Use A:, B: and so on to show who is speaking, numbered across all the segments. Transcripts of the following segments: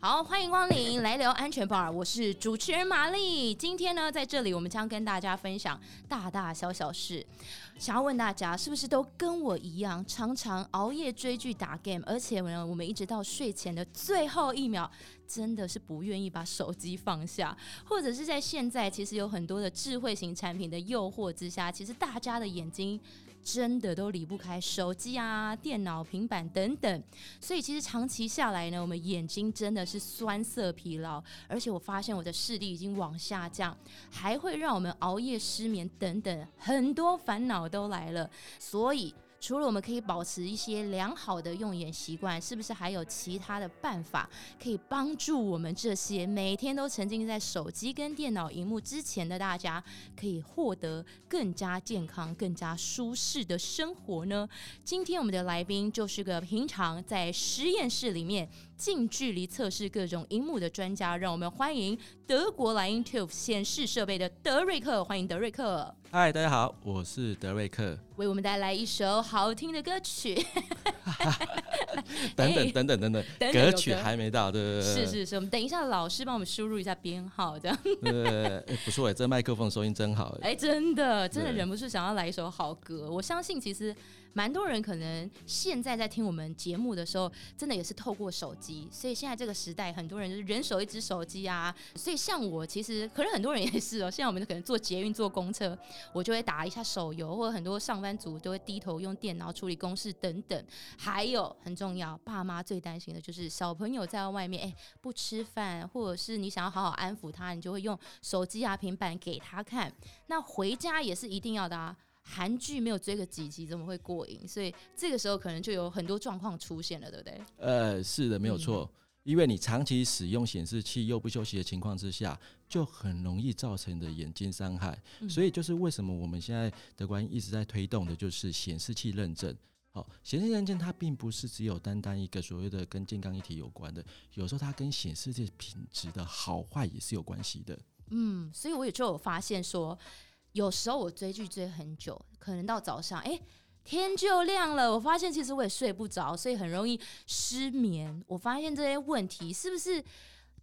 A: 好，欢迎光临来聊安全 bar，我是主持人玛丽。今天呢，在这里我们将跟大家分享大大小小事。想要问大家，是不是都跟我一样，常常熬夜追剧、打 game，而且呢，我们一直到睡前的最后一秒，真的是不愿意把手机放下，或者是在现在其实有很多的智慧型产品的诱惑之下，其实大家的眼睛真的都离不开手机啊、电脑、平板等等。所以其实长期下来呢，我们眼睛真的是酸涩疲劳，而且我发现我的视力已经往下降，还会让我们熬夜、失眠等等，很多烦恼都来了。所以。除了我们可以保持一些良好的用眼习惯，是不是还有其他的办法可以帮助我们这些每天都沉浸在手机跟电脑荧幕之前的大家，可以获得更加健康、更加舒适的生活呢？今天我们的来宾就是个平常在实验室里面近距离测试各种荧幕的专家，让我们欢迎德国莱茵 Tube 显示设备的德瑞克，欢迎德瑞克，
B: 嗨，大家好，我是德瑞克。
A: 为我们带来一首好听的歌曲。
B: 等等等等等等，
A: 哎等等有
B: 歌
A: 歌
B: 曲还呃没到，对不对？
A: 是是是，我们等一下老师帮我们输入一下编号，这样。
B: 对。对对不错哎，这麦克风收音真好哎。
A: 哎，真的，真的
B: 对
A: 忍不住想要来一首好歌。我相信其实蛮多人可能现在在听我们节目的时候，真的也是透过手机，所以现在这个时代，很多人就是人手一只手机啊。所以像我，其实可能很多人也是哦。 现在我们可能坐捷运、坐公车，我就会打一下手游，或者很多上班族都会低头用电脑处理公事等等。还有很重要，爸妈最担心的就是小朋友在外面，哎，不吃饭，或者是你想要好好安抚他，你就会用手机啊、平板给他看。那回家也是一定要的啊。韩剧没有追个几集，怎么会过瘾？所以这个时候可能就有很多状况出现了，对不对？
B: 呃，是的，
A: 嗯
B: 没有错。因为你长期使用显示器又不休息的情况之下，就很容易造成的眼睛伤害。
A: 嗯
B: 所以就是为什么我们现在德国人一直在推动的就是显示器认证。好，显示器认证它并不是只有单单一个所谓的跟健康议题有关的，有时候它跟显示器品质的好坏也是有关系的。
A: 嗯，所以我也就有发现说，有时候我追剧追很久，可能到早上，哎、天就亮了。我发现其实我也睡不着，所以很容易失眠。我发现这些问题是不是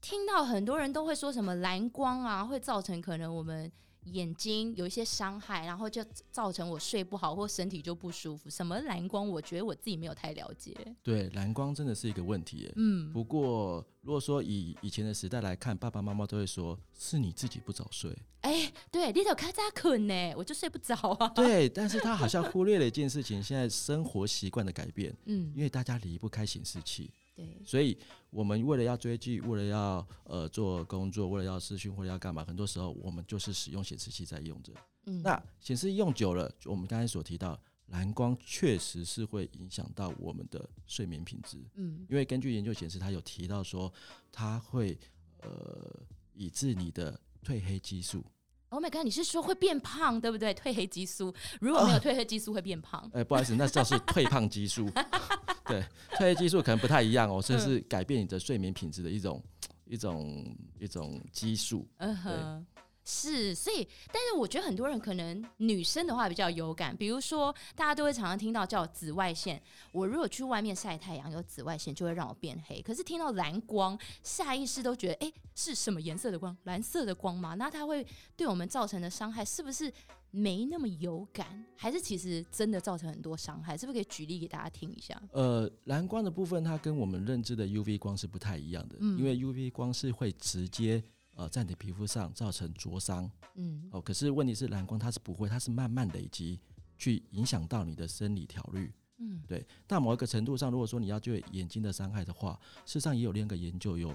A: 听到很多人都会说什么蓝光啊，会造成可能我们眼睛有一些伤害，然后就造成我睡不好或身体就不舒服。什么蓝光，我觉得我自己没有太了解。
B: 对，蓝光真的是一个问题耶。
A: 嗯，
B: 不过，如果说以以前的时代来看，爸爸妈妈都会说是你自己不早睡，
A: 哎、对，你头咔嚓困呢，我就睡不着啊。
B: 对。但是他好像忽略了一件事情，现在生活习惯的改变，
A: 嗯，
B: 因为大家离不开显示器，
A: 对，
B: 所以我们为了要追剧，为了要呃做工作，为了要视讯，为了要干嘛，很多时候我们就是使用显示器在用着。
A: 嗯，
B: 那显示器用久了，就我们刚才所提到，蓝光确实是会影响到我们的睡眠品质。
A: 嗯。
B: 因为根据研究显示，它有提到说，它会呃抑制你的褪黑激素。
A: Oh my god！你是说会变胖，对不对？褪黑激素如果没有褪黑激素会变胖。
B: 哎、不好意思，那叫是褪胖激素。 对，褪黑激素可能不太一样哦，这是改变你的睡眠品质的一种、一种、一种激素。
A: 嗯哼，是，所以，但是我觉得很多人可能女生的话比较有感，比如说大家都会常常听到叫紫外线。我如果去外面晒太阳，有紫外线就会让我变黑。可是听到蓝光，下意识都觉得，哎、是什么颜色的光？蓝色的光吗？那它会对我们造成的伤害是不是没那么有感？还是其实真的造成很多伤害？是不是可以举例给大家听一下？
B: 呃，蓝光的部分，它跟我们认知的 UV 光是不太一样的，
A: 嗯
B: 因为 UV 光是会直接呃在你的皮肤上造成灼伤。
A: 嗯
B: 哦，可是问题是蓝光它是不会，它是慢慢累积去影响到你的生理调律。
A: 嗯，
B: 对。那某一个程度上，如果说你要对眼睛的伤害的话，事实上也有另一个研究有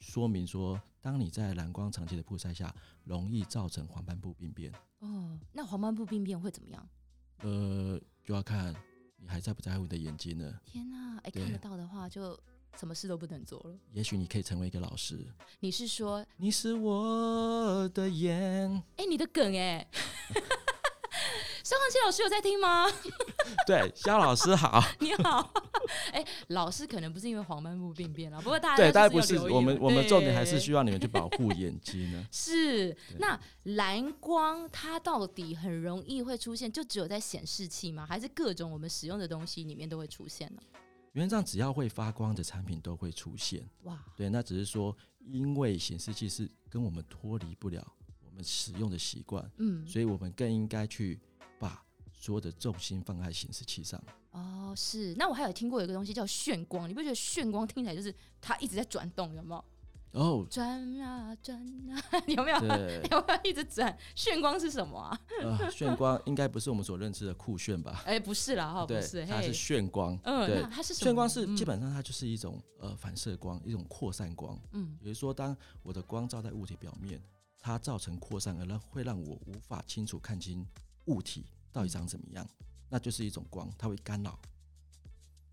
B: 说明说，当你在蓝光长期的曝晒下，容易造成黄斑部病变。
A: 哦，那黄斑部病变会怎么样？
B: 呃，就要看你还在不在乎你的眼睛了。
A: 天呐、哎、
B: 对
A: 看得到的话就什么事都不能做了。
B: 也许你可以成为一个老师。
A: 你是说，
B: 你是我的眼，
A: 哎、你的梗哎、 肖汉清老师有在听吗？
B: 对，肖老师好。
A: 你好，哎、老师可能不是因为黄斑部病变啊了，不过大家
B: 对，
A: 就是
B: 当然不
A: 有
B: 是，
A: 留意
B: 我们我们
A: 对
B: 重点还是需要你们去保护眼睛呢。
A: 是
B: 对
A: 那蓝光它到底很容易会出现，就只有在显示器吗？还是各种我们使用的东西里面都会出现呢？
B: 原则上只要会发光的产品都会出现。
A: 哇，
B: 对，那只是说，因为显示器是跟我们脱离不了我们使用的习惯，
A: 嗯，
B: 所以我们更应该去把所有的重心放在显示器上。
A: 哦，是。那我还有听过有一个东西叫炫光，你不觉得炫光听起来就是它一直在转动，有没有？，
B: 哦
A: 转啊转啊， 有没有？
B: 对，
A: 有没有一直转？炫光是什么啊？
B: 呃，炫光应该不是我们所认知的酷炫吧？
A: 哎、不是啦，哈，不
B: 对
A: 是，，
B: 它
A: 嘿
B: 是炫光。
A: 嗯，
B: 对
A: 那它是什么？
B: 炫光是
A: 嗯
B: 基本上它就是一种呃反射光，一种扩散光。
A: 嗯
B: 比如说，当我的光照在物体表面，它造成扩散，而让会让我无法清楚看清物体到底长怎么样，那就是一种光，它会干扰。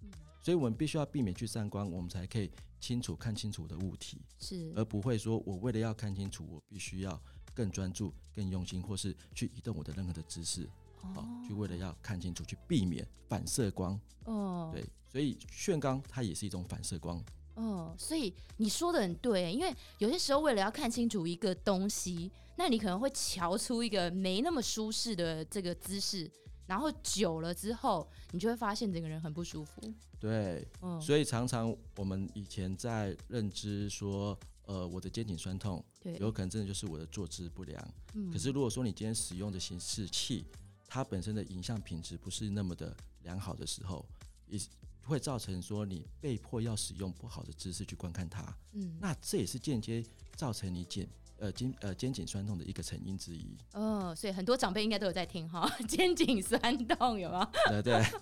A: 嗯
B: 所以我们必须要避免去散光，我们才可以清楚看清楚的物体，
A: 是
B: 而不会说我为了要看清楚，我必须要更专注、更用心，或是去移动我的任何的姿势，好、
A: 哦
B: 去为了要看清楚，去避免反射光。
A: 哦，
B: 对，所以炫光它也是一种反射光。
A: 哦，所以你说的很对，因为有些时候为了要看清楚一个东西，那你可能会瞧出一个没那么舒适的这个姿势，然后久了之后，你就会发现整个人很不舒服。
B: 对，
A: 嗯，
B: 所以常常我们以前在认知说，呃，我的肩颈酸痛，
A: 对，
B: 有可能真的就是我的坐姿不良。
A: 嗯
B: 可是如果说你今天使用的显示器，它本身的影像品质不是那么的良好的时候，也会造成说你被迫要使用不好的姿势去观看它，
A: 嗯，
B: 那这也是间接造成你肩呃肩呃肩颈酸痛的一个成因之一。
A: 哦，所以很多长辈应该都有在听哈， 肩颈酸痛有没有？
B: 对对，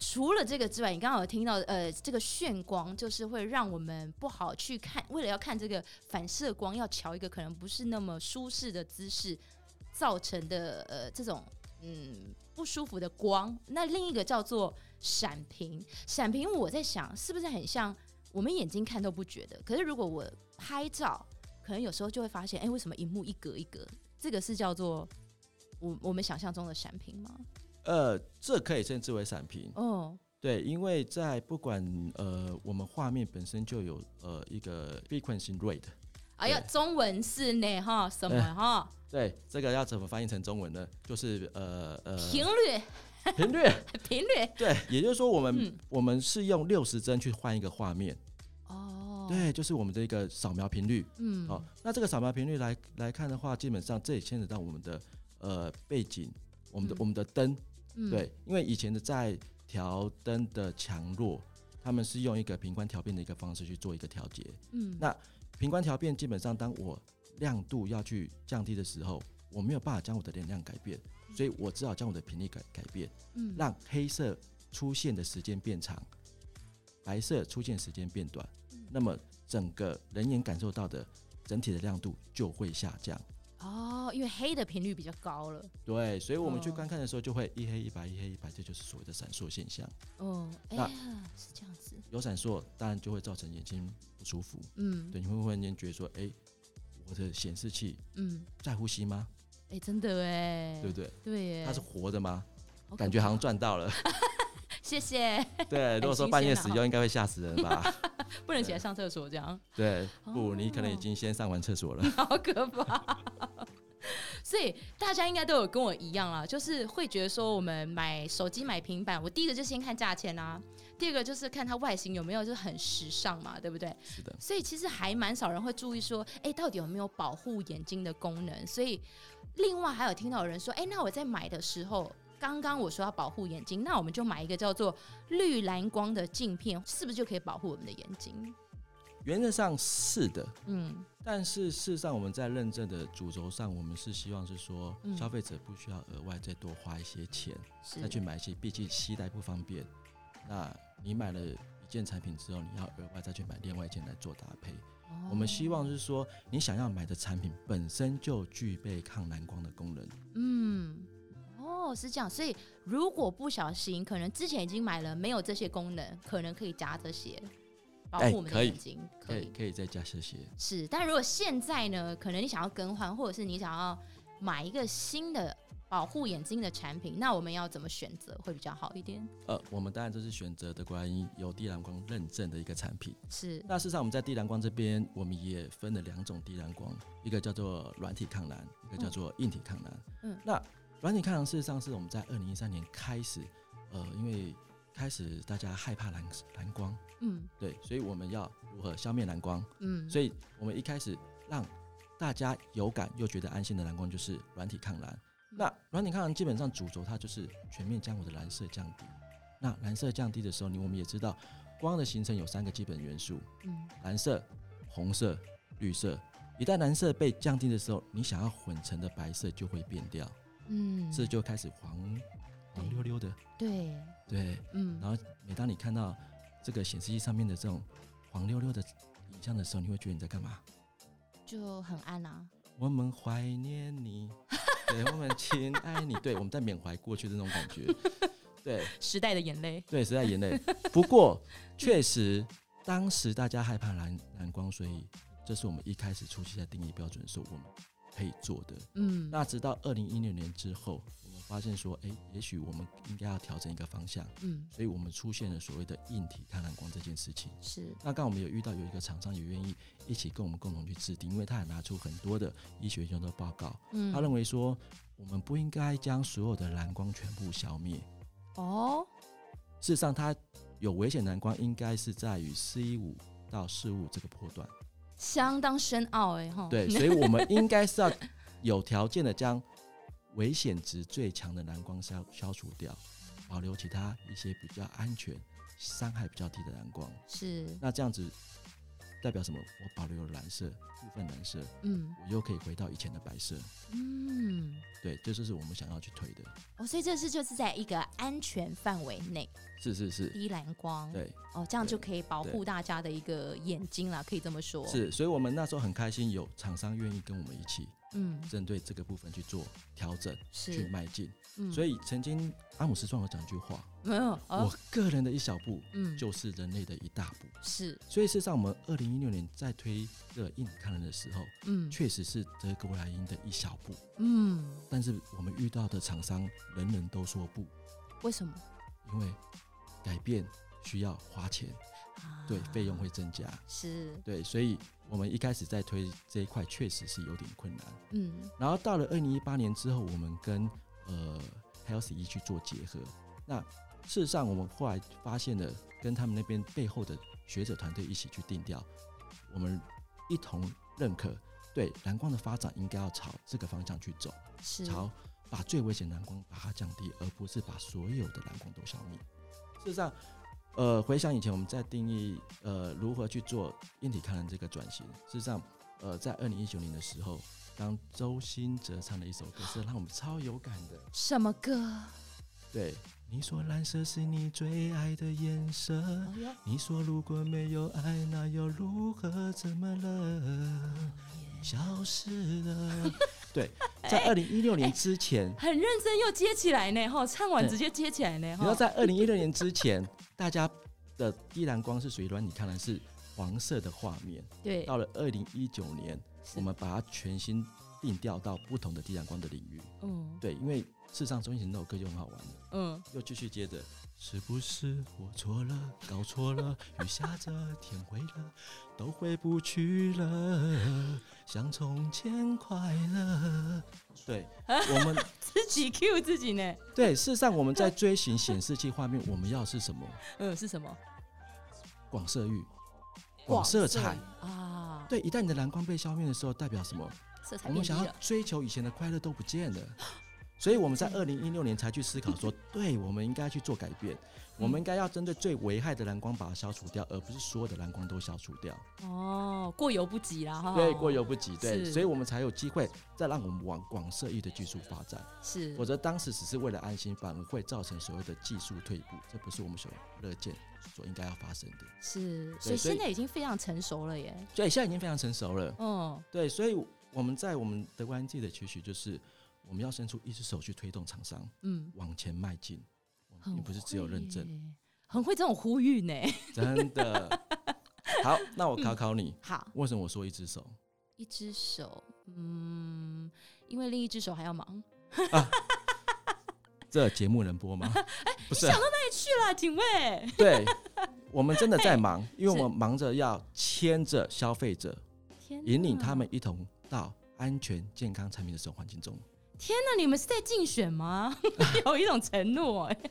A: 除了这个之外，你刚刚有听到，呃，这个眩光就是会让我们不好去看，为了要看这个反射光，要瞧一个可能不是那么舒适的姿势造成的，呃，这种嗯不舒服的光。那另一个叫做闪屏，闪屏我在想是不是很像我们眼睛看都不觉得，可是如果我拍照，可能有时候就会发现，哎、为什么荧幕一格一格？这个是叫做我我们想象中的闪屏吗？
B: 呃，这可以称之为闪屏。
A: 哦，
B: 对，因为在不管呃，我们画面本身就有呃一个 frequency rate。
A: 哎呀，
B: 对哎
A: 中文是呢哈，什么哈？
B: 对，这个要怎么翻译成中文呢？就是呃呃
A: 频率，
B: 频率。
A: 频率。
B: 对，也就是说我们、
A: 嗯
B: 我们是用六十帧去换一个画面。
A: 哦，，
B: 对，就是我们的一个扫描频率。
A: 嗯，
B: 好、那这个扫描频率来来看的话，基本上这也牵扯到我们的呃背景，我们的、
A: 嗯
B: 我们的灯。
A: 嗯，
B: 对，因为以前的在调灯的强弱，他们是用一个平宽调变的一个方式去做一个调节。
A: 嗯，
B: 那平宽调变基本上，当我亮度要去降低的时候，我没有办法将我的能量改变，所以我只好将我的频率改改变，
A: 嗯，
B: 让黑色出现的时间变长，白色出现时间变短，那么整个人眼感受到的整体的亮度就会下降。
A: 哦，因为黑的频率比较高了。
B: 对，所以我们去
A: 哦
B: 观看的时候就会一黑一白，一黑一白，这就是所谓的闪烁现象。
A: 哦，哎
B: 那
A: 呀，是这样子。
B: 有闪烁，当然就会造成眼睛不舒服。
A: 嗯，
B: 对，你会忽然间觉得说，哎、我的显示器
A: 嗯，
B: 在呼吸吗？
A: 哎，真的哎，
B: 对不对？
A: 对耶，
B: 它是活的吗？
A: 好可
B: 感觉好像
A: 怕。
B: 赚 到了。
A: 谢谢，
B: 对，如果说半夜
A: 啊
B: 使用，应该会吓死人吧？
A: 不能起来上厕所这样，
B: 对，
A: 哦
B: 不，你可能已经先上完厕所 了。
A: 好可怕。 所以大家应该都有跟我一样啦，就是会觉得说，我们买手机、买平板，我第一个就先看价钱啊，第二个就是看它外形有没有就是很时尚嘛，对不对？
B: 是的，
A: 所以其实还蛮少人会注意说，哎、到底有没有保护眼睛的功能？所以另外还有听到有人说，哎、那我在买的时候，刚刚我说要保护眼睛，那我们就买一个叫做绿蓝光的镜片，是不是就可以保护我们的眼睛？
B: 原则上是的，
A: 嗯，
B: 但是事实上我们在认证的主轴上，我们是希望是说
A: 嗯，
B: 消费者不需要额外再多花一些钱
A: 是
B: 再去买一些，毕竟携带不方便。那你买了一件产品之后，你要额外再去买另外一件来做搭配。
A: 哦
B: 我们希望是说，你想要买的产品本身就具备抗蓝光的功能。
A: 嗯，哦，是这样。所以如果不小心，可能之前已经买了没有这些功能，可能可以加这些保
B: 哎
A: 护我们的
B: 可以
A: 眼睛，可
B: 可
A: 以
B: 以可以再加这些。
A: 是，但如果现在呢，可能你想要更换，或者是你想要买一个新的保护眼睛的产品，那我们要怎么选择会比较好一点？
B: 呃，我们当然就是选择的关于有低蓝光认证的一个产品。
A: 是，
B: 那事实上，我们在低蓝光这边，我们也分了两种低蓝光，一个叫做软体抗蓝，一个叫做硬体抗蓝。
A: 嗯
B: 那软体抗蓝事实上是我们在二零一三年开始，呃，因为开始大家害怕蓝蓝光，
A: 嗯
B: 对，所以我们要如何消灭蓝光？
A: 嗯，
B: 所以我们一开始让大家有感又觉得安心的蓝光就是软体抗蓝。那软体抗蓝基本上主轴它就是全面将我的蓝色降低。那蓝色降低的时候，你我们也知道，光的形成有三个基本元素：
A: 嗯
B: 蓝色、红色、绿色。一旦蓝色被降低的时候，你想要混成的白色就会变掉，
A: 嗯，
B: 这就开始黄黄溜溜的。
A: 对，
B: 对，
A: 嗯
B: 然后每当你看到这个显示器上面的这种黄溜溜的影像的时候，你会觉得你在干嘛？
A: 就很暗啊，
B: 我们怀念你，对我们亲爱你，对我们在缅怀过去的那种感觉， 对
A: 时代的眼泪，
B: 对，实在眼泪。不过确实，当时大家害怕蓝蓝光，所以这是我们一开始初期在定义标准的时候我们可以做的。
A: 嗯
B: 那直到二零一六年之后，我们发现说，诶，也许我们应该要调整一个方向，
A: 嗯
B: 所以我们出现了所谓的硬体看蓝光这件事情。
A: 是，
B: 那刚好我们有遇到有一个厂商也愿意一起跟我们共同去制定，因为他也拿出很多的医学研究的报告，
A: 嗯
B: 他认为说，我们不应该将所有的蓝光全部消灭。
A: 哦，
B: 事实上，它有危险蓝光应该是在于四一五到四五这个波段。
A: 相当深奥哎哈，
B: 对，哦 所以我们应该是要有条件的将危险值最强的蓝光消消除掉，保留其他一些比较安全、伤害比较低的蓝光。
A: 是，
B: 那这样子代表什么？我保留了蓝色部分蓝色，
A: 嗯
B: 我又可以回到以前的白色。
A: 嗯。
B: 对，这就是我们想要去推的。
A: 哦，所以这是就是在一个安全范围内，
B: 是是是，
A: 低蓝光，
B: 对。
A: 哦，这样
B: 对
A: 就可以保
B: 对
A: 护大家的一个眼睛啦，可以这么说。，
B: 是，所以我们那时候很开心，有厂商愿意跟我们一起
A: 嗯，
B: 针对这个部分去做调整、去
A: 是，
B: 迈进。
A: 嗯
B: 所以曾经阿姆斯壮有讲一句话
A: 没有，：“哦，
B: 我个人的一小步
A: 嗯，
B: 就是人类的一大步。
A: 是，”
B: 所以事实上，我们二零一六年在推这个硬抗人的时候，
A: 嗯
B: 确实是德国莱茵的一小步，
A: 嗯，
B: 但是我们遇到的厂商人人都说不，
A: 为什么？
B: 因为改变需要花钱，
A: 啊
B: 对，费用会增加。
A: 是，
B: 对，所以我们一开始在推这一块确实是有点困难。
A: 嗯
B: 然后到了二零一八年之后，我们跟呃 Health E 去做结合。那事实上，我们后来发现了，跟他们那边背后的学者团队一起去定调，我们一同认可，对蓝光的发展应该要朝这个方向去走，
A: 是，
B: 朝把最危险的蓝光把它降低，而不是把所有的蓝光都消灭。事实上，呃，回想以前我们在定义呃如何去做硬体抗蓝这个转型，事实上，呃，在二零一九年的时候，当周兴哲唱的一首歌是让我们超有感的。
A: 什么歌？
B: 对，你说蓝色是你最爱的颜色，
A: 哎呦
B: 你说如果没有爱，那又如何？怎么了？你消失了。对，在二零一六年之前，
A: 很认真又接起来呢，哈，唱完
B: 对
A: 直接接起来呢，
B: 你要
A: 哈，
B: 在二零一六年之前，大家的低蓝光是属于软体看蓝是黄色的画面。
A: 对，
B: 到了二零一九年，
A: 是
B: 我们把它全新定调到不同的低蓝光的领域。
A: 嗯
B: 对，因为事实上中型那首歌就很好玩了。
A: 嗯，
B: 又继续接着，是不是我错了，搞错了？雨下着，天灰了，都回不去了，像从前快乐。对，我们
A: 自己 Q 自己呢，
B: 对，事实上我们在追寻显示器画面，我们要的是什么？
A: 嗯，是什么？
B: 广色域、广色彩。
A: 啊，
B: 对，一旦你的蓝光被消灭的时候，代表什么？
A: 色彩
B: 我
A: 变
B: 们
A: 低
B: 想要
A: 了，
B: 追求以前的快乐都不见了， 所以我们在二零一六年才去思考 说，对我们应该去做改变，
A: 嗯
B: 我们应该要针对最危害的蓝光把它消除掉，而不是所有的蓝光都消除掉。
A: 哦，过犹不及啦，哈，
B: 对，过犹不及，对，
A: 是
B: 所以我们才有机会再让我们往广色域的技术发展，
A: 是
B: 否，则当时只是为了安心，反而会造成所谓的技术退步，这不是我们所乐见所应该要发生的。
A: 是，所以
B: 所以
A: 现在已经非常成熟了耶。
B: 所以现在已经非常成熟了，
A: 嗯，
B: 对，所以我们在我们德国安自己的期许就是，我们要伸出一只手去推动厂商。
A: 嗯，
B: 往前迈进，我
A: 很
B: 们并不是只有认
A: 会
B: 证，
A: 耶，很会这种呼吁呢。
B: 真的。好，那我考考你，
A: 好，
B: 为什么我说一只手？
A: 一只手，嗯，因为另一只手还要忙。
B: 这节目能 播吗？
A: 哎
B: 不是，啊
A: 对啦，警卫，
B: 对，我们真的在忙，因为我们忙着要牵着消费者，
A: 天哪，
B: 引领他们一同到安全健康产品的使用环境中。
A: 天哪，你们是在竞选吗？有一种承诺耶，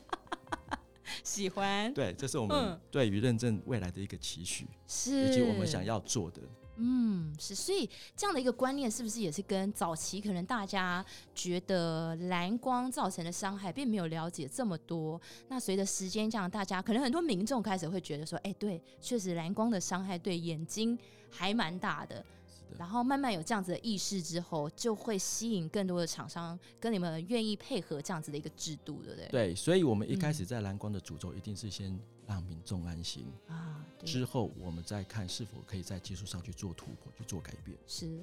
A: 哎 喜欢，
B: 对，这是我
A: 嗯
B: 们对于认证未来的一个期许，
A: 是
B: 以及我们想要做的。
A: 嗯，是，所以这样的一个观念，是不是也是跟早期可能大家觉得蓝光造成的伤害，并没有了解这么多？那随着时间这样，大家可能很多民众开始会觉得说，哎、对，确实蓝光的伤害对眼睛还蛮大的。
B: 的
A: 然后慢慢有这样子的意识之后，就会吸引更多的厂商跟你们愿意配合这样子的一个制度，对不对？
B: 对，所以我们一开
A: 嗯
B: 始在蓝光的主轴一定是先让民众安心，
A: 啊，对，
B: 之后我们再看是否可以在技术上去做突破、去做改变。
A: 是。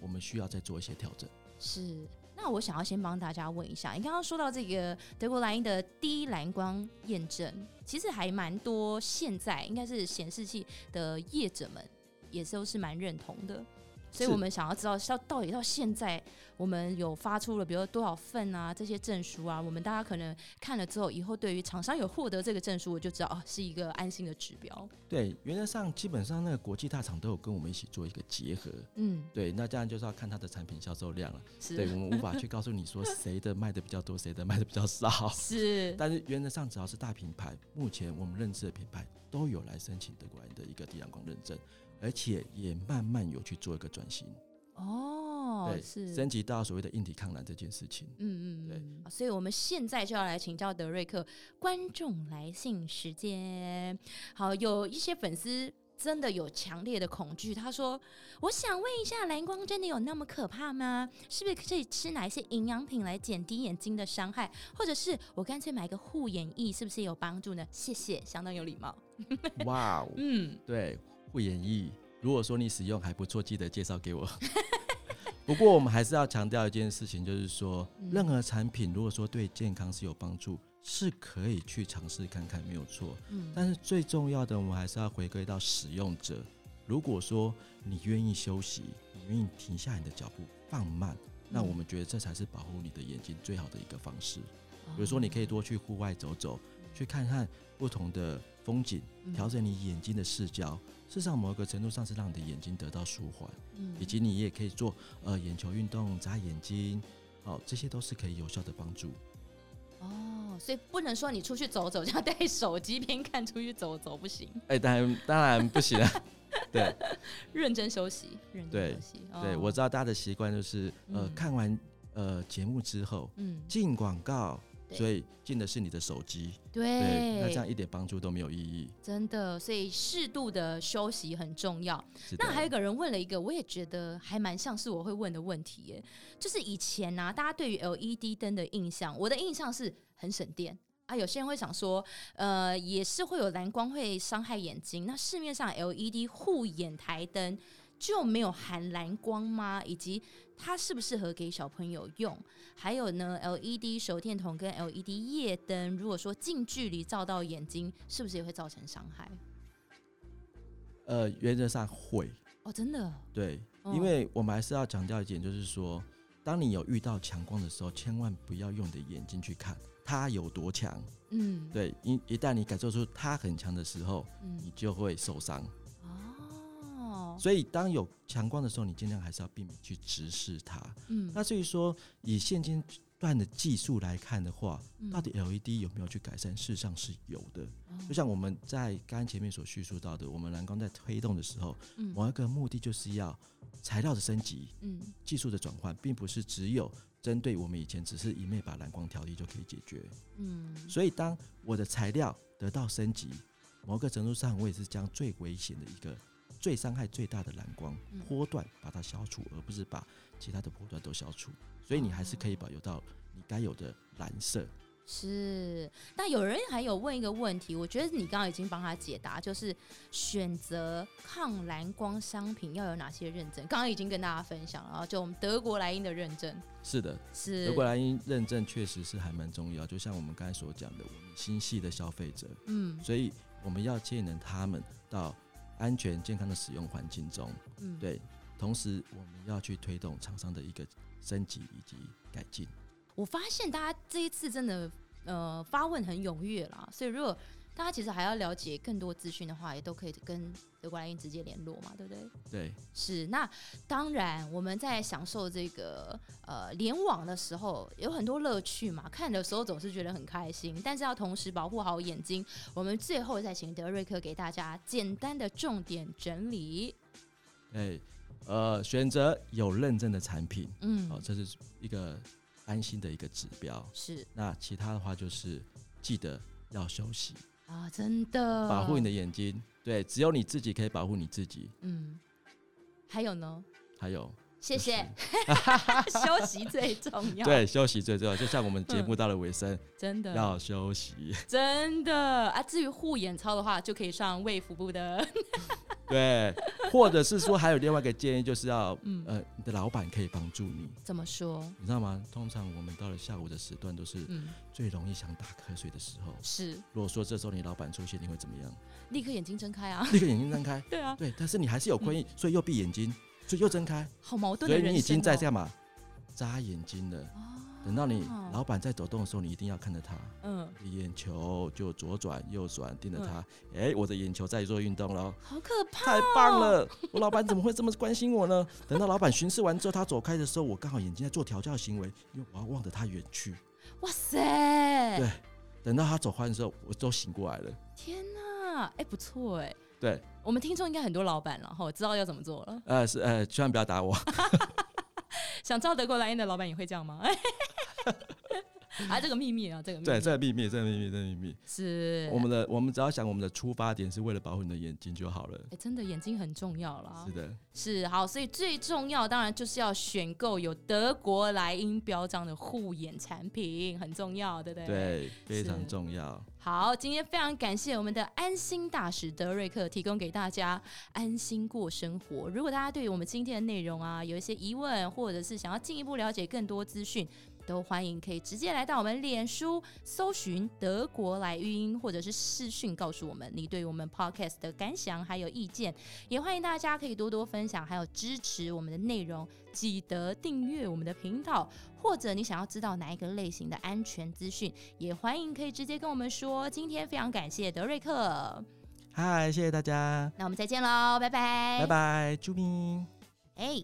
B: 我们需要再做一些调整。
A: 是，那我想要先帮大家问一下，你刚刚说到这个德国莱茵的低蓝光验证，其实还蛮多，现在应该是显示器的业者们也都是蛮认同的。所以
B: 是
A: 我们想要知道，到到底到现在，我们有发出了，比如说多少份啊，这些证书啊，我们大家可能看了之后，以后对于厂商有获得这个证书，我就知道哦，是一个安心的指标。
B: 对，原则上基本上那个国际大厂都有跟我们一起做一个结合。
A: 嗯，
B: 对，那当然就是要看它的产品销售量了。对，
A: 是
B: 我们无法去告诉你说谁的卖的比较多，谁的卖的比较少。
A: 是，
B: 但是原则上，只要是大品牌，目前我们认知的品牌都有来申请德国人的一个低阳光认证，而且也慢慢有去做一个转型，
A: 哦，
B: 对
A: 是
B: 升级到所谓的硬体抗蓝这件事情。
A: 嗯嗯，
B: 对
A: 嗯，所以我们现在就要来请教德瑞克观众来信时间。好，有一些粉丝真的有强烈的恐惧，他说：“我想问一下，蓝光真的有那么可怕吗？是不是可以吃哪一些营养品来减低眼睛的伤害？或者是我干脆买个护眼液，是不是也有帮助呢？”谢谢，相当有礼貌。
B: 哇哦！
A: 嗯，
B: 对，护眼液，如果说你使用还不错，记得介绍 给我。不过我们还是要强调一件事情，就是说，
A: 嗯
B: 任何产品如果说对健康是有帮助，是可以去尝试看看，没有错。
A: 嗯
B: 但是最重要的，我们还是要回归到使用者。如果说你愿意休息，你愿意停下你的脚步，放慢，那
A: 嗯
B: 我们觉得这才是保护你的眼睛最好的一个方式。比如说，你可以多去户外走走，去看看不同的风景，调整你眼睛的视角。事实上，某个程度上是让你的眼睛得到舒缓，
A: 嗯
B: 以及你也可以做呃眼球运动、眨眼睛，好、这些都是可以有效的帮助。
A: 哦，所以不能说你出去走走就要带手机边看出去走走，不 行。
B: 哎、当然当然不行 啊。对
A: 认真休息，认真
B: 对
A: 休息。
B: 对，
A: 哦
B: 我知道大家的习惯就是呃、
A: 嗯
B: 看完呃节目之后
A: 嗯，
B: 进广告，
A: 对
B: 所以进的是你的手机，对，那这样
A: 对，
B: 一点帮助都没有意义。
A: 真的，所以适度的休息很重要。
B: 是的
A: 那还有一个人问了一个，我也觉得还蛮像是我会问的问题耶，就是以前呢、啊，大家对于 LED 灯的印象，我的印象是很省电。啊，有些人会想说，呃，也是会有蓝光会伤害眼睛。那市面上 LED 护眼台灯就没有含蓝光吗？以及它适不适合给小朋友用？还有呢，LED 手电筒跟 LED 夜灯，如果说近距离照到眼睛，是不是也会造成伤害？
B: 呃原则上会，
A: 哦，真的，
B: 对，
A: 嗯
B: 因为我们还是要强调一点，就是说，当你有遇到强光的时候，千万不要用你的眼睛去看它有多强。
A: 嗯，
B: 对，一一旦你感受出它很强的时候，
A: 嗯
B: 你就会受伤。
A: 哦，
B: 所以，当有强光的时候，你尽量还是要避免去直视它。
A: 嗯，
B: 那至于说，以现阶段的技术来看的话，
A: 嗯哦
B: 到底 LED 有没有去改善？事实上是有的。就像我们在刚刚前面所叙述到的，我们蓝光在推动的时候，
A: 嗯
B: 某一个目的就是要材料的升级，
A: 嗯
B: 技术的转换，并不是只有针对我们以前只是一昧把蓝光调低就可以解决。
A: 嗯，
B: 所以，当我的材料得到升级，某个程度上，我也是将最危险的一个、最伤害最大的蓝光
A: 嗯
B: 波段把它消除，而不是把其他的波段都消除。所以，你还是可以保留到你该有的蓝色。
A: 是。那有人还有问一个问题，我觉得你刚刚已经帮他解答，就是选择抗蓝光商品要有哪些认证？刚刚已经跟大家分享了啊，就我们德国莱茵的认证
B: 是的，
A: 是
B: 德国莱茵认证确实是还蛮重要，就像我们刚才所讲的，我们心系的消费者，
A: 嗯
B: 所以我们要牵引他们到安全健康的使用环境中。
A: 嗯，
B: 对，同时我们要去推动厂商的一个升级以及改进。
A: 我发现大家这一次真的呃发问很踊跃啦，所以如果大家其实还要了解更多资讯的话，也都可以跟德国莱茵直接联络嘛，对不对？
B: 对，
A: 是，那当然我们在享受这个呃联网的时候，有很多乐趣嘛。看的时候总是觉得很开心，但是要同时保护好眼睛。我们最后再请德瑞克给大家简单的重点整理。
B: 哎，呃，选择有认证的产品，
A: 嗯，
B: 哦，这是一个安心的一个指标。
A: 是
B: 那其他的话就是记得要休息，
A: 啊，真的
B: 保护你的眼睛。对，只有你自己可以保护你自己。
A: 嗯，还有呢，
B: 还有，
A: 谢
B: 就是
A: 谢， 休息最重要。，嗯
B: 对，休息最重要。就像我们节目到了尾声，
A: 真的
B: 要休息。
A: 真的啊！至于护眼操的话，就可以上卫福部 的。
B: 对，或者是说还有另外一个建议，就是要
A: 嗯，
B: 呃，你的老板可以帮助你，
A: 怎么说？
B: 你知道吗？通常我们到了下午的时段，都是
A: 嗯，
B: 最容易想打瞌睡的时候。
A: 是
B: 如果说这时候你老板出现，你会怎么样？
A: 立刻眼睛睁开啊！
B: 立刻眼睛睁开，
A: 对啊，
B: 对，但是你还是有困意，所以又闭眼睛，所以又睁开，
A: 好矛盾
B: 所
A: 的
B: 以
A: 人生、哦、
B: 你已经在干嘛？眨眼睛了。
A: 哦
B: 等到你老板在走动的时候，你一定要看着他，
A: 嗯，
B: 你眼球就左转右转盯着他。哎、我的眼球在做运动了，
A: 好可怕！
B: 太棒了！我老板怎么会这么关心我呢？等到老板巡视完之后，他走开的时候，我刚好眼睛在做调教行为，因为我要望着他远去。
A: 哇塞，
B: 对等到他走开的时候，我都醒过来了。
A: 天哪！哎、不错哎、
B: 对，
A: 我们听众应该很多老板了哈，知道要怎么做了。
B: 呃，是呃，千万不要打我。
A: 想知道德国莱茵的老板也会这样吗？ 啊，这个秘密啊，这个秘密
B: 对，这个秘密，这个秘密，这个秘密。
A: 是
B: 我们的我们只要想我们的出发点是为了保护你的眼睛就好了。
A: 哎、真的眼睛很重要啦。
B: 是的，
A: 是好，所以最重要当然就是要选购有德国莱茵标章的护眼产品，很重要，对不对？。
B: 对，非常
A: 是
B: 重要。
A: 好，今天非常感谢我们的安心大使德瑞克提供给大家安心过生活。如果大家对于我们今天的内容啊有一些疑问，或者是想要进一步了解更多资讯。都欢迎可以直接来到我们脸书搜寻德国来音，或者是视讯告诉我们你对我们 podcast 的感想还有意见，也欢迎大家可以多多分享，还有支持我们的内容，记得订阅我们的频道，或者你想要知道哪一个类型的安全资讯，也欢迎可以直接跟我们说。今天非常感谢德瑞克，
B: 嗨，谢谢大家，
A: 那我们再见喽，拜拜，
B: 拜。拜，祝你。
A: 哎、